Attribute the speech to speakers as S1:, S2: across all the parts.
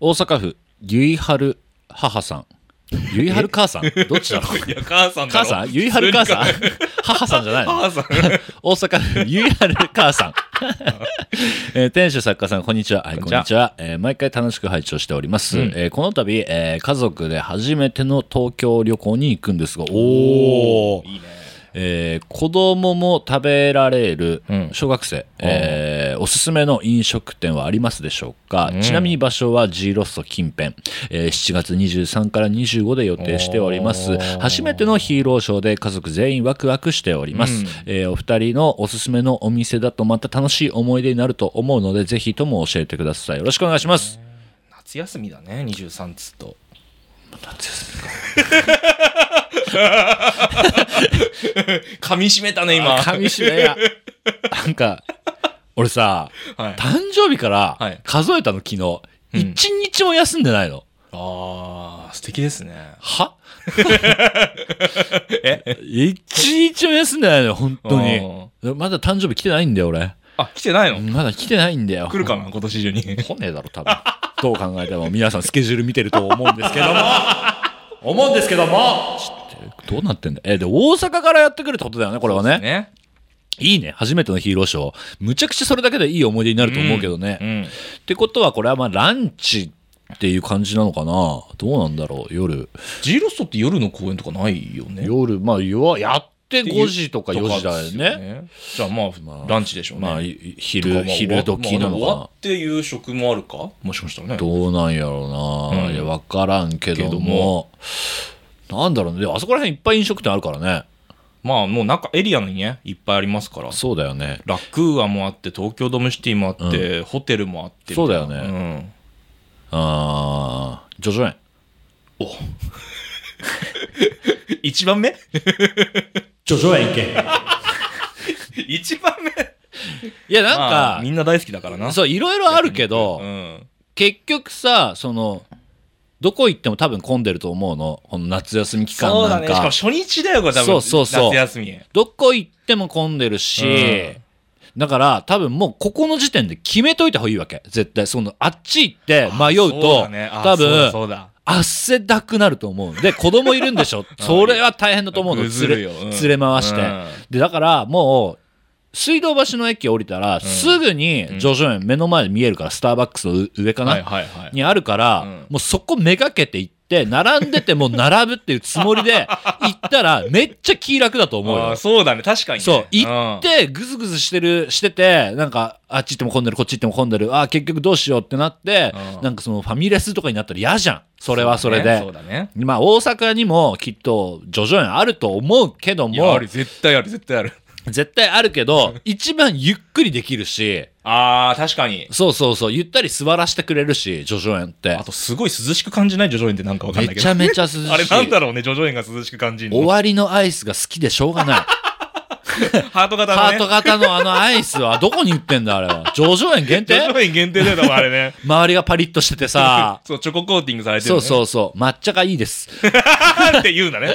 S1: 大阪府ゆいはる母さんゆいはる母さんどっちだろう
S2: いや、母さんだ
S1: 母
S2: ろ。
S1: さんゆいはる母さん母さんじゃないの
S2: 母さん。
S1: 大阪府ゆいはる母 さん、えー店主作家さんこんにちは、はい、こ
S2: こ
S1: ん
S2: ん
S1: に
S2: に
S1: ち
S2: ち
S1: は、えー毎回楽しく拝聴しております、えーこの度、えー家族で初めての東京旅行に行くんですがおお
S2: いいね。
S1: えー子供も食べられる
S2: うん
S1: 小学生、えーおすすめの飲食店はありますでしょうか、
S2: うん
S1: ちなみに場所は G ロスト近辺、えー7月23から25で予定しております
S2: おー
S1: 初めてのヒーローショーで家族全員ワクワクしております、
S2: うん
S1: えーお二人のおすすめのお店だとまた楽しい思い出になると思うのでぜひとも教えてくださいよろしくお願いします
S2: 夏休みだね、23つと。噛み締めたね、今。
S1: 噛み締めやなんか俺さ
S2: はい。
S1: 誕生日か
S2: は
S1: ら
S2: い
S1: 数えたの昨日、
S2: うん
S1: 一日も休んでないの。
S2: あー、素敵ですね。
S1: はえ一日も休んでないのよ、本当に。まだ誕生日来てないんだよ、俺。
S2: あ、来てないの
S1: まだ来てないんだよ。
S2: 来るかな、今年中に。
S1: 来ねえだろ、多分。 どう考えても、皆さんスケジュール見てると思うんですけども。 思うんですけどもちょっとどうなってんだえ、で、大阪からやってくるってことだよね、これはね。
S2: ね。
S1: いいね、初めてのヒーローショー。むちゃくちゃそれだけでいい思い出になると思うけどね。
S2: うん。
S1: ってことは、これはまあ、ランチっていう感じなのかなどうなんだろう、夜。
S2: G ロストって夜の公演とかないよね。
S1: 夜、まあ、夜やって5時とか4時だよ
S2: とかです
S1: ね。
S2: よ。じゃあま
S1: まあ
S2: あ、ランチでしょうね。
S1: まあ、
S2: い。
S1: い昼、昼時なの
S2: まあ終わ
S1: か
S2: って夕食もあるかもしかしたらね
S1: な。。どうなんやろうな。
S2: うん
S1: いや、わからんけども。
S2: けども
S1: なんだろうね。でもあそこら辺いっぱい飲食店あるからね。
S2: まあもう中エリアにねいっぱいありますから
S1: そうだよね。
S2: ラクーアもあって東京ドームシティもあって、ホテルもあって
S1: そうだよね
S2: ね、
S1: あー、ジョジョ園。
S2: うん、1番目
S1: ジョジョ園け。
S2: 一番目
S1: いや、なん
S2: まあみ
S1: か、
S2: んな大好きだからな
S1: そう、いろいろあるけど、
S2: ん、
S1: 結局さ、その、どこ行っても多分混んでると思うの。この夏休み期間
S2: そう
S1: なん
S2: だねしかも
S1: か。
S2: 初日だよこれ多分
S1: そうそうそう
S2: 夏休み
S1: どこ行っても混んでるし、
S2: うん
S1: だから多分もうここの時点で決めといた方がいいわけ絶対そのあっち行って迷う
S2: そ
S1: と
S2: だねあ
S1: 多
S2: そうだ
S1: 分
S2: そうだ
S1: 汗だくなると思うで子供いるん でしょそれは大変だと思うの
S2: ぐず
S1: 連
S2: る
S1: れ,、
S2: ようん
S1: 連れ回して、
S2: うん
S1: でだからもう水道橋の駅降りたら、すぐに叙々苑目の前で見えるからスターバックスのう上かな、
S2: はいはいはい
S1: にあるから、
S2: うん
S1: もうそこめがけて行って並んでても並ぶっていうつもりで行ったらめっちゃ気楽だと思うよ
S2: あーそうだね確かにね、
S1: そう、行
S2: ん
S1: って、ぐずぐずしてる、してて、なんか、あっち行っても混んでる、こっち行っても混んでる、あー結局どうしようってなって、
S2: うん
S1: なんかそのファミレスとかになったら嫌じゃん。それはそれで。
S2: そうだね
S1: まあ、大阪にもきっと、叙々苑あると思うけど
S2: そうだねいや
S1: も
S2: ある、絶対ある絶対ある
S1: 絶対あるけど、一番ゆっくりできるし、
S2: あー確かに
S1: そうそうそう、ゆったり座らせてくれるし、叙々苑って
S2: あ。とすごい涼しく感じないジョジョ園ってなんかわかんない
S1: め
S2: けど
S1: ちゃめちゃ涼しい。
S2: あれなんだろうね、ジョジョ園が涼しく感じる
S1: 終
S2: の。
S1: わりのアイスが好きでしょうが ない。
S2: ハート型
S1: ハ
S2: のね。
S1: ート型のあのアイスはどこに売ってんだあれは。叙々苑限
S2: ジョジ
S1: 定
S2: ョ園限定だよ、多分あれね。
S1: 周りがパリッとしててさ、
S2: そう、チョココーティングされてる、
S1: そ
S2: ね。
S1: うそうそう。抹茶がいいです。
S2: う。 って言うんだね。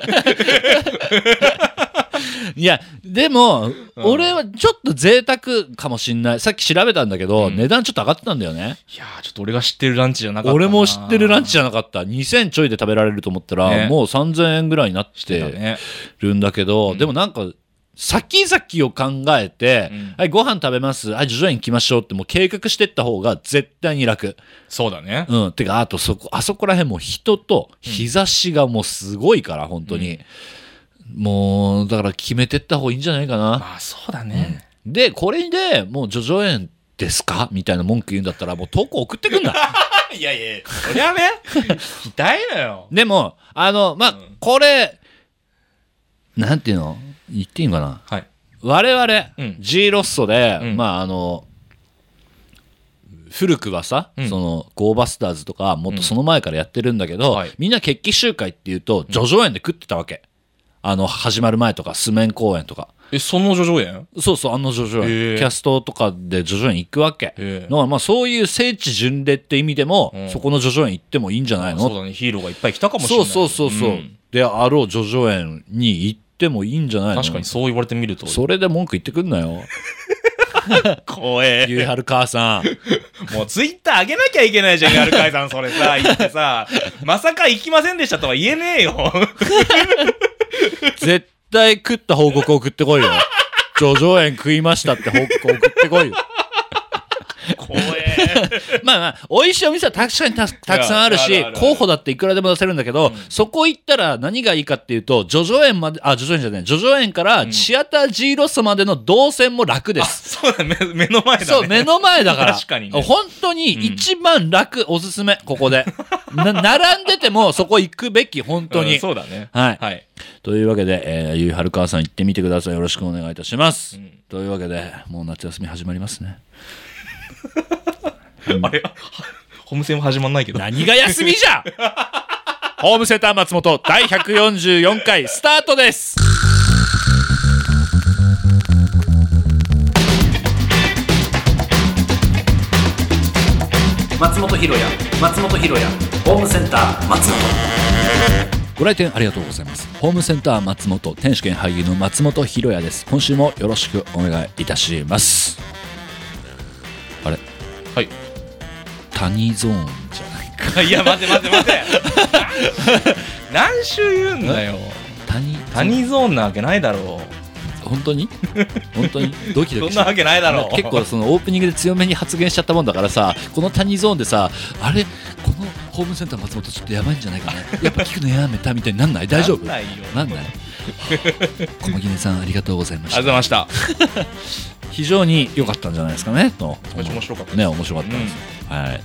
S1: いや、でも、俺はちょっと贅沢かもしんない。さっき調べたんだけど、
S2: うん
S1: 値段ちょっと上がってたんだよね。
S2: いやー、ちょっと俺が知ってるランチじゃなかったな。
S1: 俺も知ってるランチ
S2: じ
S1: じゃなかった。2000ちょいで食べられると思ったら、
S2: ね
S1: もう3000円ぐらいになっ
S2: だ
S1: て
S2: ね。
S1: るんだけど、でもなんか、先々を考えて、
S2: うん
S1: はい、ご飯食べます。はい、徐々に行きましょうって、もう計画してった方が絶対に楽。
S2: そうだね。
S1: うん。てか、あとそこ、あそこら辺も人と日差しがもうすごいから、本当に。もう、だから決めてった方がいいんじゃないかな。
S2: まあ、そうだね。
S1: で、これでもう、ジョジョ園ですかみたいな文句言うんだったら、もう投稿送ってくん だ。
S2: いやいやいや、そりゃね、 聞きたいのよ。
S1: でも、あの、まあ、これ、なんていうの言っていいのかな
S2: はい。
S1: 我
S2: う
S1: 々
S2: ん、
S1: G ロッソで、
S2: うん
S1: まあ、あの、古くはさ、
S2: うん
S1: その、ゴーバスターズとか、もっとその前からやってるんだけど、
S2: はい
S1: みんな決起集会っていうと、叙々苑で食ってたわけ。あの、始まる前とか、スメン公演とか。
S2: え、そのジョジョ園
S1: そうそう、あの叙々
S2: へ
S1: 苑。
S2: え
S1: キャストとかで叙々苑行くわけ。
S2: へえ
S1: だからまあ、そういう聖地巡礼って意味でも、
S2: うん
S1: そこの叙々苑行ってもいいんじゃないの
S2: そうだね、ヒーローがいっぱい来たかもしれ
S1: そ
S2: な
S1: う
S2: い。
S1: そうそうそう。
S2: ん
S1: であろう叙々苑に行ってもいいんじゃないの
S2: 確かにそう言われてみると。
S1: それで文句言ってくんなよ。
S2: 怖え。
S1: ゆいはる母さん。
S2: もうツイッター上げなきゃいけないじゃん、ガルカイさん、それさ、言っ てさ、まさか行きませんでしたとは言えねえよ。
S1: 絶対食った報告送ってこいよ。叙々苑食いましたって報告送ってこいよ。
S2: 怖え。
S1: まあまあ、美味しいお店は確かにたたくさんある
S2: い
S1: し
S2: やあるあるある
S1: 候補だっていくらでも出せるんだけど、そこ行ったら何がいいかっていうと、叙々苑まで、あ、叙々苑じゃない、叙々苑からチアタジーロッソまでの動線も楽で
S2: あ、
S1: す。
S2: そうだ、目目の前だね。
S1: そう、目の前だから。
S2: 確かにね
S1: 本当に一番楽、おすすめ、ここで。な並んでてもそこ行くべき、本当に。
S2: うんそうだね。
S1: はい。
S2: はい。
S1: というわけで、えー、ゆいはるかわさん行ってみてください。よろしくお願いいたします。
S2: うん
S1: というわけで、もう夏休み始まりますね。
S2: あれ、ホームセンも始まんないけ ど。
S1: 何が休みじ ゃホームセンター松本第144回スタートです
S3: 松本ひろや松本ひろやホームセンター松本
S1: ご来店ありがとうございますホームセンター松本天守兼俳優の松本ひろやです今週もよろしくお願いいたしますあれ
S2: はい
S1: 谷ゾーンじゃないか
S2: いや、待て待て待て。 何周言うんだよ。
S1: 谷ゾーン
S2: 谷ゾーンなわけないだろ
S1: 本当に本当にドキ
S2: う。
S1: ドキ
S2: そん
S1: し
S2: な
S1: た
S2: わけないだろう。
S1: 結構そのオープニングで強めに発言しちゃったもんだからさこの谷ゾーンでさあれこのホームセンター松本ちょっとやばいんじゃない かなやっぱ聞くのやめたみたいになんない大丈夫
S2: なんないよ。
S1: なんない小麦根さんありがとうございま
S2: ありがとうご
S1: し
S2: ざ
S1: た
S2: いました。
S1: 非常に良かったんじゃないですかねと
S2: こっち面白かった。
S1: ね面白かったです、はい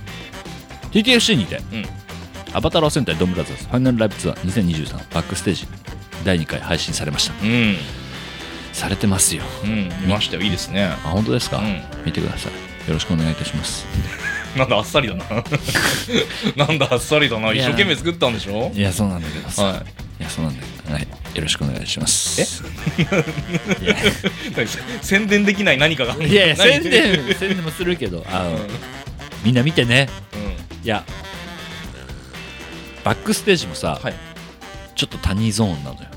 S1: TTFC にて、
S2: ん
S1: アバタロー戦隊ドンブラザーズファイナルライブツアー2023バックステージ第2回配信されました
S2: うん。
S1: されてますよ
S2: うん。見ましたよ。いいですね。
S1: あ本当ですか、
S2: うん
S1: 見てくださいよろしくお願いいたします
S2: なんだあっさりだな。 なんだあっさりだな。
S1: い
S2: 一
S1: や
S2: 生懸命作ったんでしょ
S1: いやそうなんだけどさ、
S2: はい
S1: やそうなんだけどはいよろしくお願いしますえいや
S2: 何宣伝できない何かが。
S1: いやいや
S2: 何
S1: 宣。伝宣伝もするけどあの、みんな見てね
S2: うん
S1: いやバックステージもさ、
S2: はい
S1: ちょっと谷ゾーンなのよ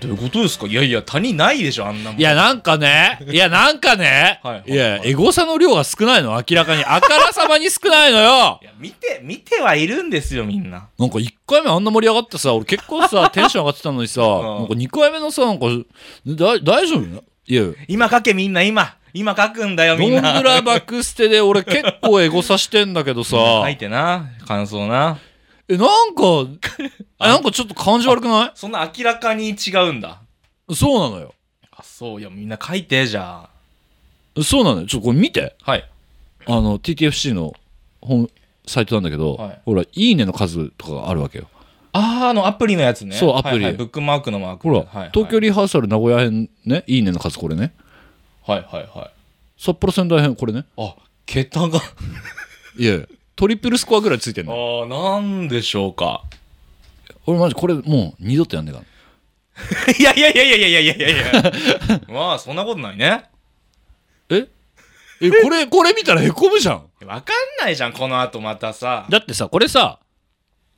S2: どういうことですかいやいや、谷ないでしょ、あんなもん。
S1: いやなんかねいやなんかね
S2: はいはい
S1: いやエゴサの量が少ないの明らかにあからさまに少ないのよ
S2: いや見て、見てはいるんですよ、みんな。
S1: なんか1回目あんな盛り上がってさ俺結構さテンション上がってたのに さ、なんか2回目のさなんかだ大丈夫いや
S2: 今書け、みんな、今。今書くんだよ、
S1: ド
S2: み
S1: ン
S2: ん
S1: ブ
S2: な。
S1: ラバクステで俺結構エゴサしてんだけどさ
S2: 書いてな、感想な。
S1: えなんか えなんかちょっと感じ悪くな
S2: そんな明らかに違うんだ。
S1: いそうなのよ
S2: あ、そう、いや、みんな書いて、じゃ
S1: そうなのよちょっとこれ見て
S2: あ。はい。
S1: あの TTFC の本サイトなんだけど、
S2: はい
S1: ほら「いいね」の数とかがあるわけよ
S2: あー、あの、アプリのやつね。
S1: そうアプリ
S2: はいはいブックマークのマーク。
S1: ほら、
S2: はいはい
S1: 東京リハーサル名古屋編ね「いいね」の数これね
S2: はいはいはい。
S1: 札幌仙台編これね
S2: あ、桁が。
S1: いやいやトリプルスコアぐらいついてん
S2: あ
S1: の
S2: ー、なんでしょうか。
S1: 俺マジこれもう二度とやんねえから
S2: いやいやいやいやいやいやい やいや。まあ、そんなことないね。
S1: ええこれこれ見たらへこむじゃん
S2: わかんないじゃん、この後またさ。
S1: だってさこれさ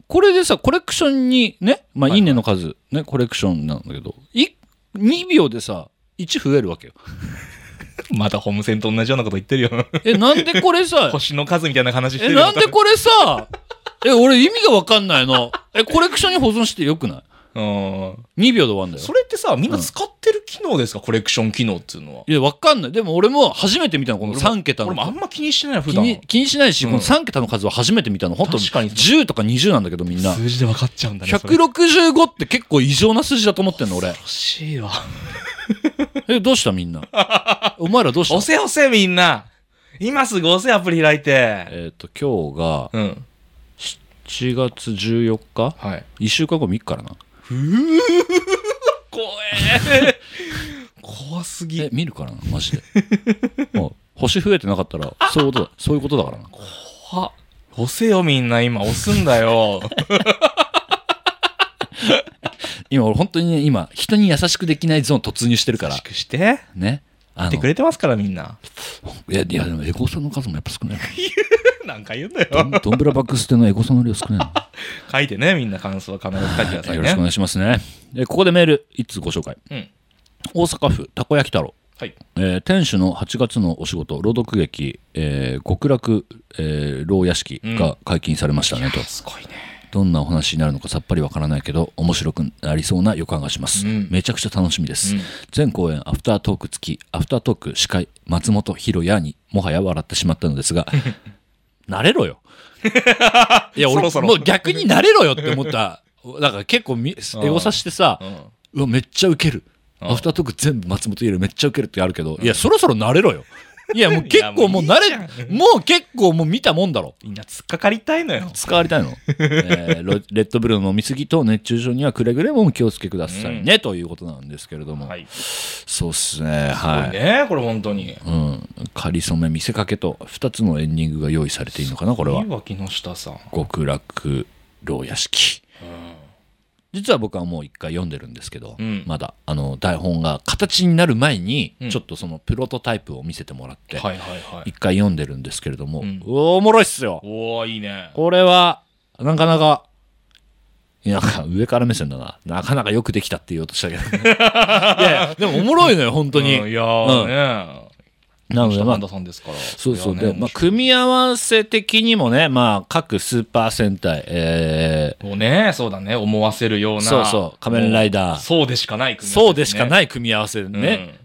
S1: これでさコレクションにねまあ「
S2: はいい
S1: いね」の数ねコレクションなんだけどい2秒でさ1増えるわけよ
S2: またホームセンと同じようなこと言って るよ。
S1: えなんでこれ さ
S2: 星の数みたいな話して
S1: え
S2: る
S1: なんでこれさえ俺意味が分かんないのえコレクションに保存してよくな
S2: うん。
S1: い2秒で終わんだよ
S2: それってさ、みんな使ってる機能ですか、コレクション機能っていうのは。
S1: いや分かんないでも俺も初めて見たのこの3桁の
S2: 俺もあんま気にしてない、普
S1: 気
S2: 段。
S1: に気にしないし、
S2: うん
S1: この3桁の数は初めて見たの本当に
S2: 確かに
S1: 10とか20なんだけどみんな
S2: 数字で分かっちゃうんだね。それ
S1: 165って結構異常な数字だと思ってんの俺
S2: 欲しいわ。
S1: えどうしたみんなお前らどうした
S2: 押せ押せ、みんな。今すぐ押せ、アプリ開いて。
S1: えっ、と今日が
S2: うん。
S1: 7月14日
S2: はい。
S1: 1週間後見っからな
S2: 怖え。 怖す
S1: え
S2: ぎ。
S1: 見るからなマジで もう星増えてなかったらそういうことだそういうことだからな
S2: は。押せよ、みんな。今、押すんだよ。
S1: 今俺本当にね今人に優しくできないゾーン突入してるから
S2: しくして。
S1: ねあ
S2: って
S1: の
S2: くれてますから、みんな。
S1: いやいやでもエゴサの数もやっぱ少ない
S2: なんか言うんだ
S1: ド
S2: よ。
S1: ンドンブラバックステのエゴサの量少 ないな
S2: 書いてね、みんな感想は必ず書いてください
S1: よろしくお
S2: ね。
S1: 願いしますね。えここでメール、一通ご紹介。
S2: うん
S1: 大阪府たこ焼き太郎。
S2: はい。
S1: えー店主の8月のお仕事朗読劇、えー極楽、えー牢屋敷が解禁されましたね、と
S2: すごいね。
S1: どんなお話になるのかさっぱりわからないけど面白くなりそうな予感がします、
S2: うん
S1: めちゃくちゃ楽しみです、
S2: うん
S1: 全公演アフタートーク付きアフタートーク司会松本博也にもはや笑ってしまったのですが 慣れろよいや俺
S2: そろそろ
S1: もう逆に慣れろよって思 っただから結構みエゴさしてさ、
S2: うん。
S1: うわめっちゃウケる
S2: うん
S1: アフタートーク全部松本家よりめっちゃウケるってあるけど、いやそろそろ慣れろよいやもう結構もう慣れ
S2: いやもういいじゃん
S1: もう結構もう見たもんだろ
S2: みんな突っかかりたいのよ。
S1: 使われたいの、えー ロレッドブルの飲み過ぎと熱中症にはくれぐれもお気をつけくださいね、ということなんですけれども、
S2: はい。
S1: そうっすね
S2: は
S1: はい
S2: い、ねこれ本当に。
S1: うん、かりそめ見せかけと2つのエンディングが用意されているのかなこれはい
S2: いわ、木下さん。
S1: 極楽牢屋敷実は僕はもう一回読んでるんですけど、
S2: うん
S1: まだあの台本が形になる前に
S2: うん
S1: ちょっとそのプロトタイプを見せてもらって
S2: はいはいはい。
S1: 一回読んでるんですけれども、
S2: うん
S1: おもろいっすよ
S2: おー、いいね。
S1: これはなかなかいやなんか上から目線だななかなかよくできたって言おうと したけどいやいやでもおもろいのよ本当に、
S2: うんいやーね。
S1: なので
S2: 下
S1: まあ
S2: 半田さんですから。
S1: そうそう
S2: いや
S1: で、
S2: ね
S1: まあ、組み合わせ的にもね、まあ、各スーパー戦隊、え
S2: もうね、そうだね、思わせるような。
S1: そうそう仮面ライダー
S2: もうそうでしかない
S1: ー、そうでしか
S2: い
S1: ない組み合わせでね、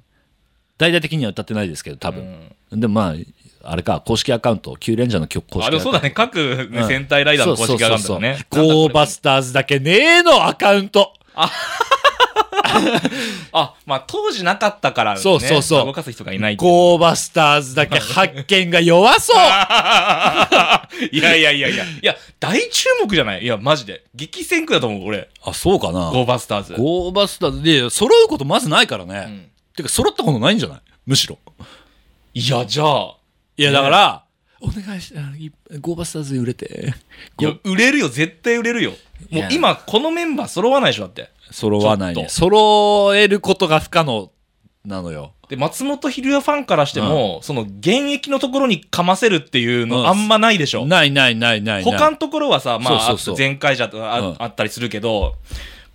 S1: 大々的には歌ってないですけど、多分、でもまあ、あれか、公式アカウント、キューレンジャーの公式アカウ
S2: あ
S1: ン
S2: れ
S1: ト。
S2: そうだね、各ね
S1: うん
S2: 戦隊ライダーの公式アカウントだね。
S1: そうそうそうそうゴーバスターズだけねえの、アカウント。
S2: あ、まあ当時なかったからね。
S1: そうそうそう
S2: 動かす人がいないっていう。
S1: ゴーバスターズだけ発見が弱 そう
S2: いやいやいやいや。いや、大注目じゃないいや、マジで。激戦区だと思う、俺。
S1: あ、そうかな。
S2: ゴーバスターズ。
S1: ゴーバスターズで、揃うことまずないからね。
S2: ん
S1: てか、揃ったことないんじゃないむしろ。
S2: いや、じゃあ。
S1: いや、だから、お願いし、あのいゴーバスターズで売れて。
S2: いや、売れるよ、絶対売れるよ。もう
S1: や
S2: 今、このメンバー揃わないでしょ、だって。
S1: 揃わない
S2: ちょ
S1: ね。
S2: っと
S1: 揃えることが不可能なのよ。
S2: で、松本ひるやファンからしても、その、現役のところにかませるっていう
S1: うん
S2: のあんまないでしょ。
S1: ないないないないない。
S2: 他のところはさ、まあ、
S1: そうそうそう
S2: 前回じゃあ,、
S1: うん
S2: あったりするけど、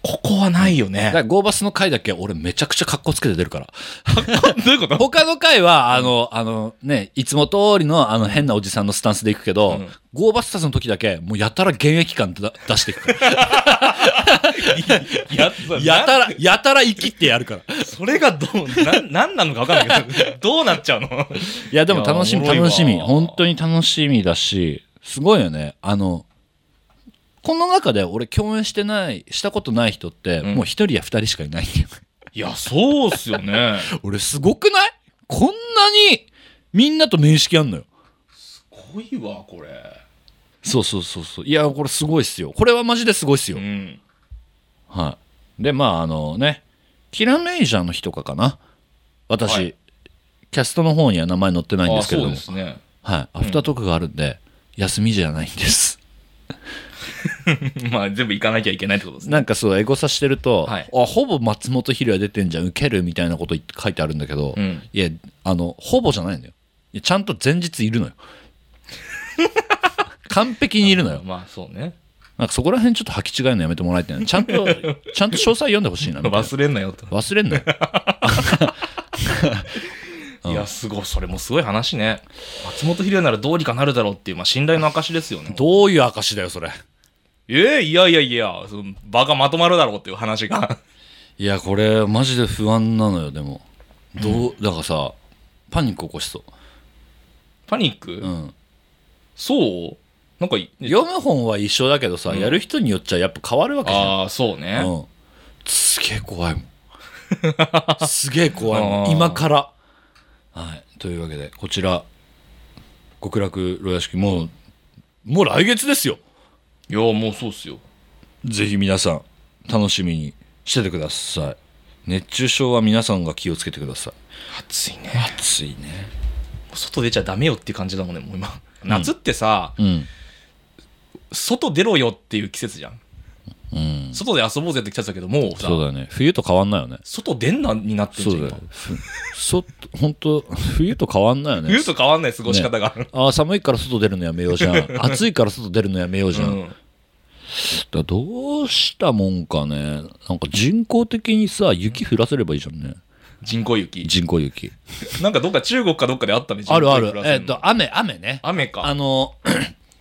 S2: ここはないよ
S1: だか
S2: ね。
S1: らゴーバスの回だけ俺めちゃくちゃ格好つけて出るから。
S2: どういうこと
S1: 他の回は、あの、あのね、いつも通りのあの変なおじさんのスタンスで行くけど、
S2: うん
S1: ゴーバスターズの時だけもうやたら現役感だ出してい くから。
S2: や、
S1: やたら、やたら生きってやるから。い
S2: それがどう、な、なんなのか分かんないけど、どうなっちゃうの
S1: やでも楽しみ
S2: いやおもろいわ
S1: 楽しみ。本当に楽しみだし、すごいよね。あの、この中で俺共演してない、したことない人って、
S2: ん
S1: もう一人や二人しかいないんだよ。
S2: いや、そうっすよね。
S1: 俺すごくないこんなにみんなと面識あんのよ
S2: 濃いわ、これ。
S1: そうそうそうそういやこれすごいっすよこれはマジですごいっすよ、
S2: うん。
S1: はいでまああのねキラメイジャーの日とかかな私、
S2: はい
S1: キャストの方には名前載ってないん
S2: あ、
S1: ですけれ
S2: そ
S1: ど
S2: う
S1: も
S2: ですね。
S1: はいアフタートークがあるんで、休みじゃないんです
S2: まあ、全部行かなきゃいけないってことですね。
S1: なんかそうエゴサしてると、
S2: はい
S1: あほぼ松本ひろや出てんじゃんウケるみたいなこと言って書いてあるんだけど、
S2: うん
S1: いやあのほぼじゃないんだよいやちゃんと前日いるの よ完璧にいるのよ
S2: まあ、そうね。
S1: なんかそこら辺ちょっと履き違えるのやめてもらいた いなちゃんとちゃんと詳細読んでほしいなみたいな
S2: 忘れんなよと。
S1: 忘れんな よ
S2: いや、すごい、それもすごい話ね。松本ひるならどうにかなるだろうっていう、まあ、信頼の証ですよね。
S1: どういう証だよそれ
S2: ええいやいやいや、その場がまとまるだろうっていう話が。
S1: いやこれマジで不安なのよでもどうだからさパニック起こしそ
S2: パニック、
S1: う、うん、
S2: そうなんかい、
S1: 読む本は一緒だけどさ、
S2: うん
S1: やる人によっちゃやっぱ変わるわけじゃん
S2: ああ、そうね。
S1: うん、すげえ怖いもん すげえ怖いも
S2: あ
S1: ん
S2: ー
S1: 今から、はい、というわけでこちら極楽牢屋敷もうもう来月ですよ
S2: いや、もうそうっすよ。
S1: ぜひ皆さん楽しみにしててください熱中症は皆さんが気をつけてください
S2: 暑いね。
S1: 暑いね
S2: 外出ちゃダメよっていう感じだもんね、もう今。夏ってさ、
S1: うん
S2: 外出ろよっていう季節じゃん。
S1: うん
S2: 外で遊ぼうぜって季節だけど、もうさ、
S1: そうだよね冬と変わんないよね
S2: 外出んなになってん
S1: そ
S2: じ
S1: う
S2: ゃん
S1: だよ
S2: 今。
S1: そ本当冬と変わんないよね
S2: 冬と変わんない過ごし方が。
S1: あー寒いから外出るのやめようじゃ ん暑いから外出るのやめようじ
S2: う
S1: ゃん、
S2: ん。
S1: だどうしたもんかねなんか人工的にさ雪降らせればいいじゃんね
S2: 人工雪。
S1: 人工雪。
S2: なんかどっか中国かどっかであったね、
S1: あるある
S2: 人工雪降ら。
S1: え
S2: せ
S1: っ
S2: んの
S1: と、雨、雨ね。
S2: 雨か。
S1: あの、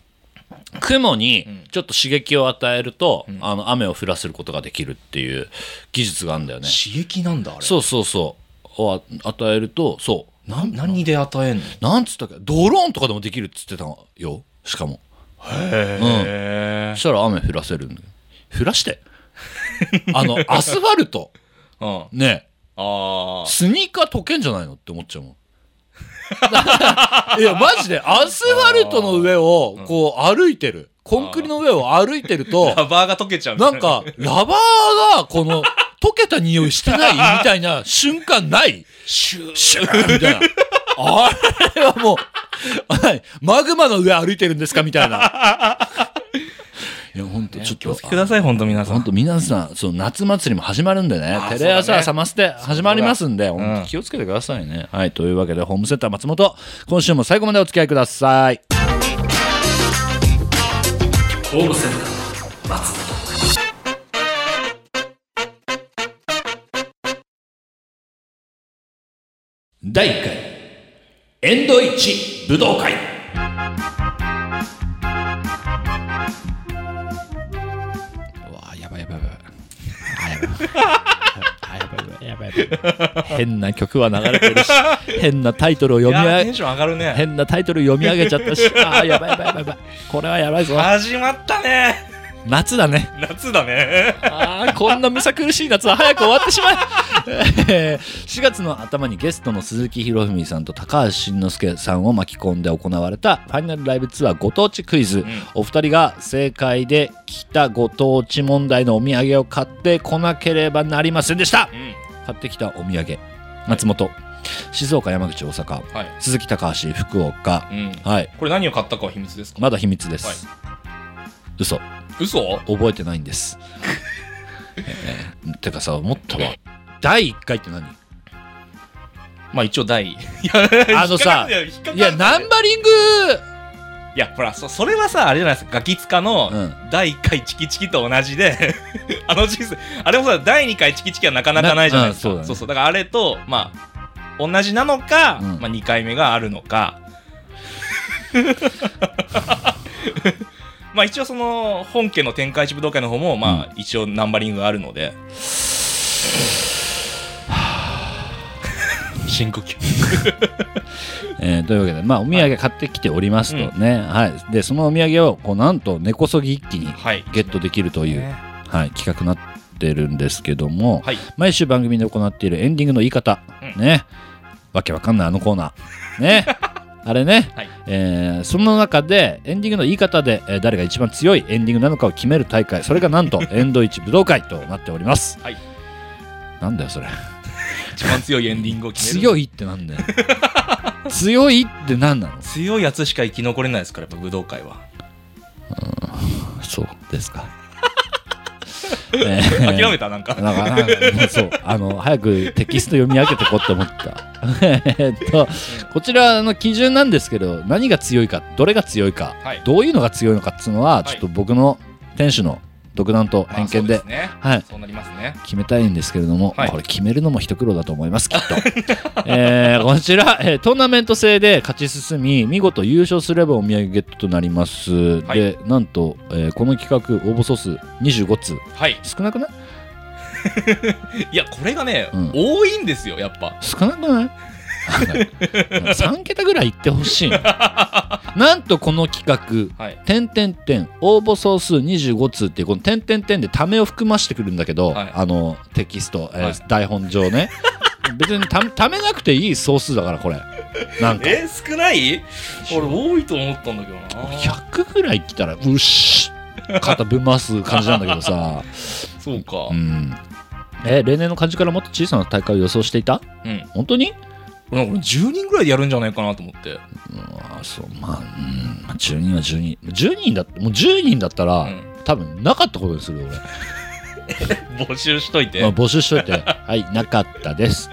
S1: 雲に
S2: ん
S1: ちょっと刺激を与えると、あの雨を降らせることができるっていう技術があるんだよね。
S2: 刺激なんだ、あれ。
S1: そうそうそう。を与えると、そう。
S2: な何で与えんの
S1: なんつったっけドローンとかでもできるっつってたよ。しかも。
S2: へ
S1: そしたら雨降らせるんだよ降らしてあ の、アスファルト。
S2: ーうん。あ
S1: ね
S2: あー。
S1: スニーカー溶けんじゃないのって思っちゃうもん。 いや、マジで、アスファルトの上を、こう、歩いてる。コンクリの上を歩いてると、
S2: ラバーが溶けちゃうみた
S1: ないんか、ラバーが、この、溶けた匂いしてないみたいな瞬間ない
S2: シュー
S1: シューみたいな。あれはもう、はいマグマの上歩いてるんですかみたいな。いや、ほんと、ちょっ
S2: 気を
S1: と
S2: つ。けください、本当皆さ
S1: 本
S2: ん。
S1: 当皆さん、その夏祭りも始まるんでね
S2: あ、
S1: テレ
S2: そうだ
S1: 朝
S2: ね
S1: サマステ始まりますんで、
S2: だ
S1: 本当気をつけてくださいね。はい、というわけで、ホームセンター松本、今週も最後までお付き合いください。
S3: ホームセンター松
S1: 第1回、エンド1武道会。わあ、やばいやばいやばい。あやばいあやばいやばいやばいやばい変な曲は流れてるし、変なタイトルを
S2: い
S1: 読み
S2: や
S1: 上
S2: ー
S1: げ
S2: テンション上がるね。
S1: 変なタイトル読み上げちゃったし、ああ、やばいやばいやばいやばい。これはやばいぞ。
S2: 始まったね。
S1: 夏だね。
S2: 夏だね。
S1: ああ、こんなむさ苦しい夏は早く終わってしまえ。4月 の頭にゲストの鈴木博文さんと高橋慎之介さんを巻き込んで行われたファイナルライブツアーご当地クイズ、お二人が正解で来たご当地問題のお土産を買ってこなければなりませんでした
S2: うん。
S1: 買ってきたお土産松本静岡山口大阪
S2: はい。
S1: 鈴木高橋福岡
S2: うん。
S1: はい
S2: これ何を買ったかは秘密ですか
S1: まだ秘密です、嘘
S2: 嘘
S1: 覚えてないん です。えーてかさ、思ったわ。第1回って何
S2: まあ一応第一。
S1: あの さ、い
S2: い
S1: や、
S2: や、
S1: ナ
S2: なん
S1: ンバリング
S2: いや、ほら、そそれはさ、あれじゃないですか、ガキツカの
S1: うん
S2: 第1回チキチキと同じで、 あの人生、あれもさ、第2回チキチキはなかなかないじゃないですか。
S1: なうんそうだね
S2: そうだからあれと、まあ、同じなのか、
S1: うん
S2: まあ2回目があるのか。 まあ一応その本家の天下一武道会の方もまあ一応ナンバリングがあるので、深呼吸
S1: えーというわけで、まあ、お土産買ってきておりますとね、はい。で、そのお土産を、こう、なんと根こそぎ一気に
S2: はい
S1: ゲットできるという、
S2: ね
S1: はい、企画になってるんですけども、
S2: はい
S1: 毎週番組で行っているエンディングの言い方、
S2: うん
S1: ねわけわかんないあのコーナーね あれね、
S2: はい
S1: えーその中でエンディングの言い方で、えー誰が一番強いエンディングなのかを決める大会それが なんとエンドイチ武道会となっております、
S2: はい
S1: なんだよそれ
S2: 一番強いエンディングを決める
S1: 強いってなん だよ強いって何なの
S2: 強いやつしか生き残れないですからやっぱ武道会は
S1: そうですか、 えー
S2: 諦めたなんか
S1: なんかなんかそうあの早くテキスト読み上げてこうって思った えっとこちらの基準なんですけど何が強いかどれが強いか、
S2: はい
S1: どういうのが強いのかっつうのは、
S2: い
S1: ちょっと僕の店主の独断と
S2: まあ
S1: 偏見で
S2: そう,、ね
S1: はい
S2: そうなりますね
S1: 決めたいんですけれども、
S2: はい
S1: これ決めるのも一苦労だと思いますきっ と、えーこちら、えートーナメント制で勝ち進み見事優勝すればお土産ゲットとなります、
S2: はい
S1: でなんと、えーこの企画応募総数25通
S2: はい
S1: 少なくない
S2: いやこれがね、
S1: うん
S2: 多いんですよやっぱ
S1: 少なくない ?3 桁ぐらいい ってほしい な。なんとこの企画、
S2: はい
S1: 点点点応募総数25通っていうこの点点点でためを含ましてくるんだけど、
S2: はい
S1: あのテキスト、えー
S2: はい
S1: 台本上 ね別にたためなくていい総数だからこれなんか
S2: え少ない俺多いと思ったんだけどな
S1: 100ぐらい来たらうっし肩ぶん回す感じなんだけど さ、
S2: そうか
S1: うん、え例年の感じからもっと小さな大会を予想していた
S2: うん、
S1: 本当に
S2: 俺なんか10人ぐらいでやるんじゃないかなと思って
S1: あそうまあ、うん、まあ10人は10人10人だってもう10人だったら、
S2: うん
S1: 多分なかったことにするよ俺、
S2: 募集しといて、
S1: まあ、募集しとい てはいなかったです、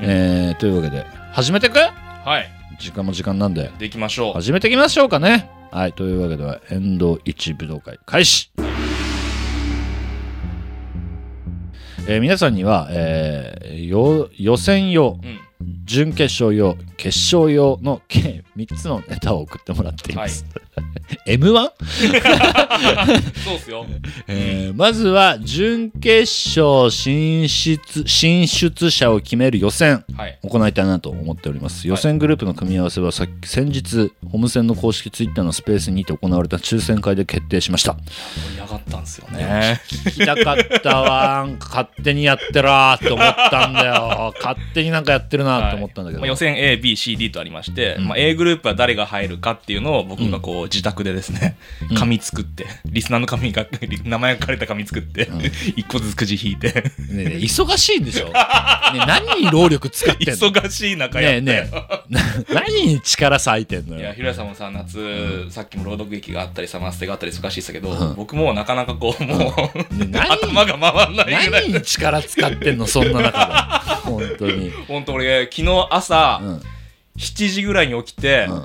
S1: えーというわけで始めてく
S2: はい
S1: 時間も時間なんで
S2: できましょう
S1: 始めていきましょうかねはいというわけで遠藤一武道会開始えー皆さんには、えーよ予選用
S2: うん。
S1: 準決勝用決勝用の計3つのネタを送ってもらっています、M1?
S2: そうっすよ。
S1: えーまずは準決勝進出進出者を決める予選
S2: はい。
S1: 行いたいなと思っております予選グループの組み合わせはさっき先日ホームセンの公式ツイッターのスペースにて行われた抽選会で決定しました
S2: 盛り上がったんすよ
S1: いや。聞きたかったわ勝手にやってらーって思ったんだ よ勝手になんかやってるなーって思ったんだけど、
S2: まあ予選 A、B、C、D とありまして、
S1: うん
S2: まあ、A グループは誰が入るかっていうのを僕がこう自宅でですね、
S1: うん
S2: 紙作って、リスナーの紙が、リ名前が書かれた紙作って、
S1: うん
S2: 一個ずつくじ引いて、
S1: ねえねえ忙しいんでしょ、ねえ、何に労力使ってんのね
S2: 忙しい中やって。
S1: えねえな何に力割いてんの
S2: い
S1: よ
S2: や、ひろやさんもさ、夏、さっきも朗読劇があったり、サマステがあったり忙しいですけど、
S1: うん
S2: 僕もなかなかこう、もう、
S1: ね何
S2: 頭が回らないぐら
S1: 何
S2: い。
S1: に力使ってんのそんな中で本当に、
S2: 本当俺、昨日朝、
S1: うん
S2: 7時ぐらいに起きて、
S1: うん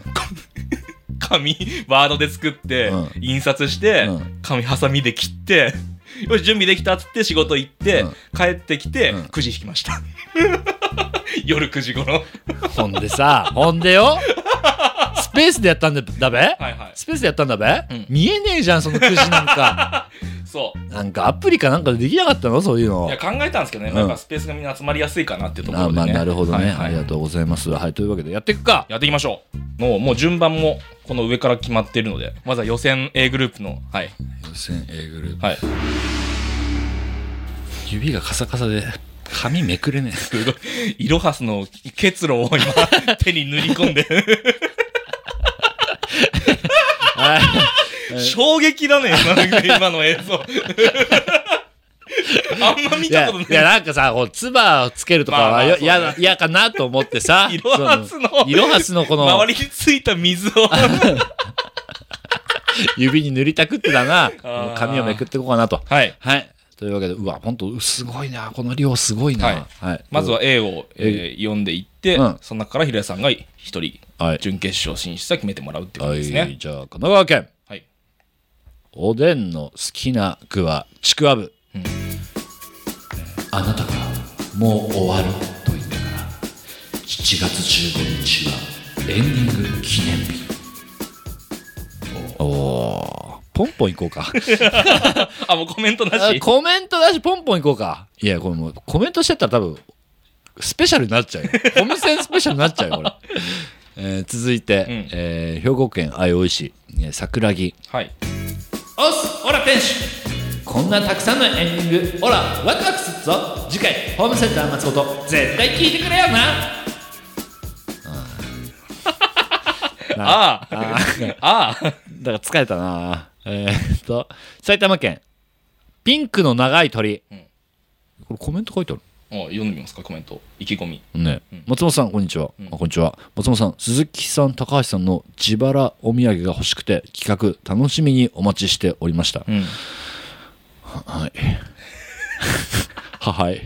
S2: 紙、ワードで作って、
S1: うん
S2: 印刷して、
S1: うん
S2: 紙ハサミで切って、 よし、準備できたっつって仕事行って、
S1: うん
S2: 帰ってきて、
S1: うん
S2: 9時引きました。 夜9時頃。
S1: ほんでさほんでよスペースでやったんだだべ、
S2: はいはい。
S1: スペースでやったんだべ、
S2: うん
S1: 見えねえじゃんそのくじなんか
S2: そう。
S1: なんかアプリかなんかでできなかったのそういうの
S2: いや考えたんですけどね、
S1: うん
S2: なんかスペースがみんな集まりやすいかなっていうところ
S1: あ
S2: で、ね。
S1: まあなるほどね、
S2: はいはい
S1: ありがとうございますはいというわけでやっていくか
S2: やっていきましょう。もう、もう順番も、この上から決まっているので、まずは予選 A グループの、はい。
S1: 予選 A グループ
S2: はい。
S1: 指がカサカサで髪めくれねえ
S2: す ごい。イロハスの結露を今、手に塗り込んで、
S1: はい
S2: 衝撃だね、今の今の映 像。あんま見
S1: いや
S2: たこと
S1: い
S2: な
S1: や
S2: い。
S1: なんかさこうつばをつけるとか
S2: まあま
S1: は
S2: あ
S1: よ
S2: そうだ
S1: 嫌、
S2: ね
S1: だ嫌かなと思ってさ
S2: イロハスの
S1: そイロハスのこの
S2: 周りについた水を。
S1: 指に塗りたくってだな
S2: ー
S1: 髪をめくっていこうかなと
S2: はい。
S1: はいというわけでうわ本当すごいなこの量すごいな
S2: はい
S1: はい
S2: まずは A を、えー読んでいって、
S1: うん
S2: その中から平井さんが一人、
S1: はい
S2: 準決勝進出は決めてもらうってこと
S1: は
S2: です
S1: い
S2: ね。
S1: じゃあ神奈川県
S2: はい。
S1: おでんの好きな具はちくわぶ、
S2: ん
S1: あなたがもう終わると言ってから7月15日はエンディング記念日おおポンポン行こうか
S2: あ、もうコメントな
S1: あ
S2: し。
S1: コメントだしポンポン行こうかいやこれもうコメントしてたら多分スペシャルになっち ゃうよお店スペシャルになっちゃうよこれ、えー続いて、
S2: うん
S1: えー兵庫県相生市えー桜木
S2: はい。
S1: おっすオラ店主こんなたくさんのエンディングオラワクワクするぞ次回ホームセンター松本絶対聞いてくれよな
S2: ああ。
S1: あー
S2: ああ。
S1: だから疲れたなえーっと埼玉県ピンクの長い鳥、
S2: うん
S1: これコメント書いてある
S2: お読んでみますかコメント意気込み
S1: ね、
S2: うん
S1: 松本さんこんにちは、
S2: うん
S1: あこんにちは松本さん鈴木さん高橋さんの自腹お土産が欲しくて企画楽しみにお待ちしておりました、
S2: うん
S1: はい。ははい。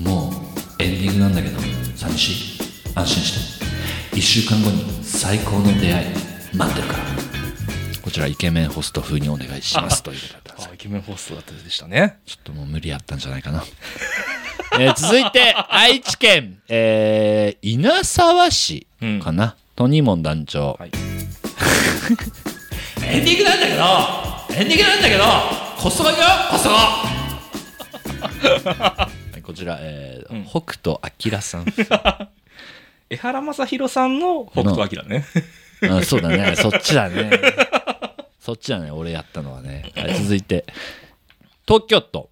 S1: もうエンディングなんだけど、寂しい。安心して。1週間後に最高の出会い、待ってるから。こちらイケメンホスト風にお願いしますということだったんです
S2: あイケメンホストだったでしたね
S1: ちょっともう無理やったんじゃないかな。 えー続いて、愛知県、えー稲沢市かな。トニモン団長。
S2: はい
S1: エンディングなんだけど、エンディングなんだけど、コストコ行くよ、コストコ。はいこちら、えー
S2: うん
S1: 北斗晶さ ん。
S2: 江原正宏さんの北斗晶ね
S1: あそうだね、そっちだね。そっちだね、俺やったのはね。はい、続いて、東京都、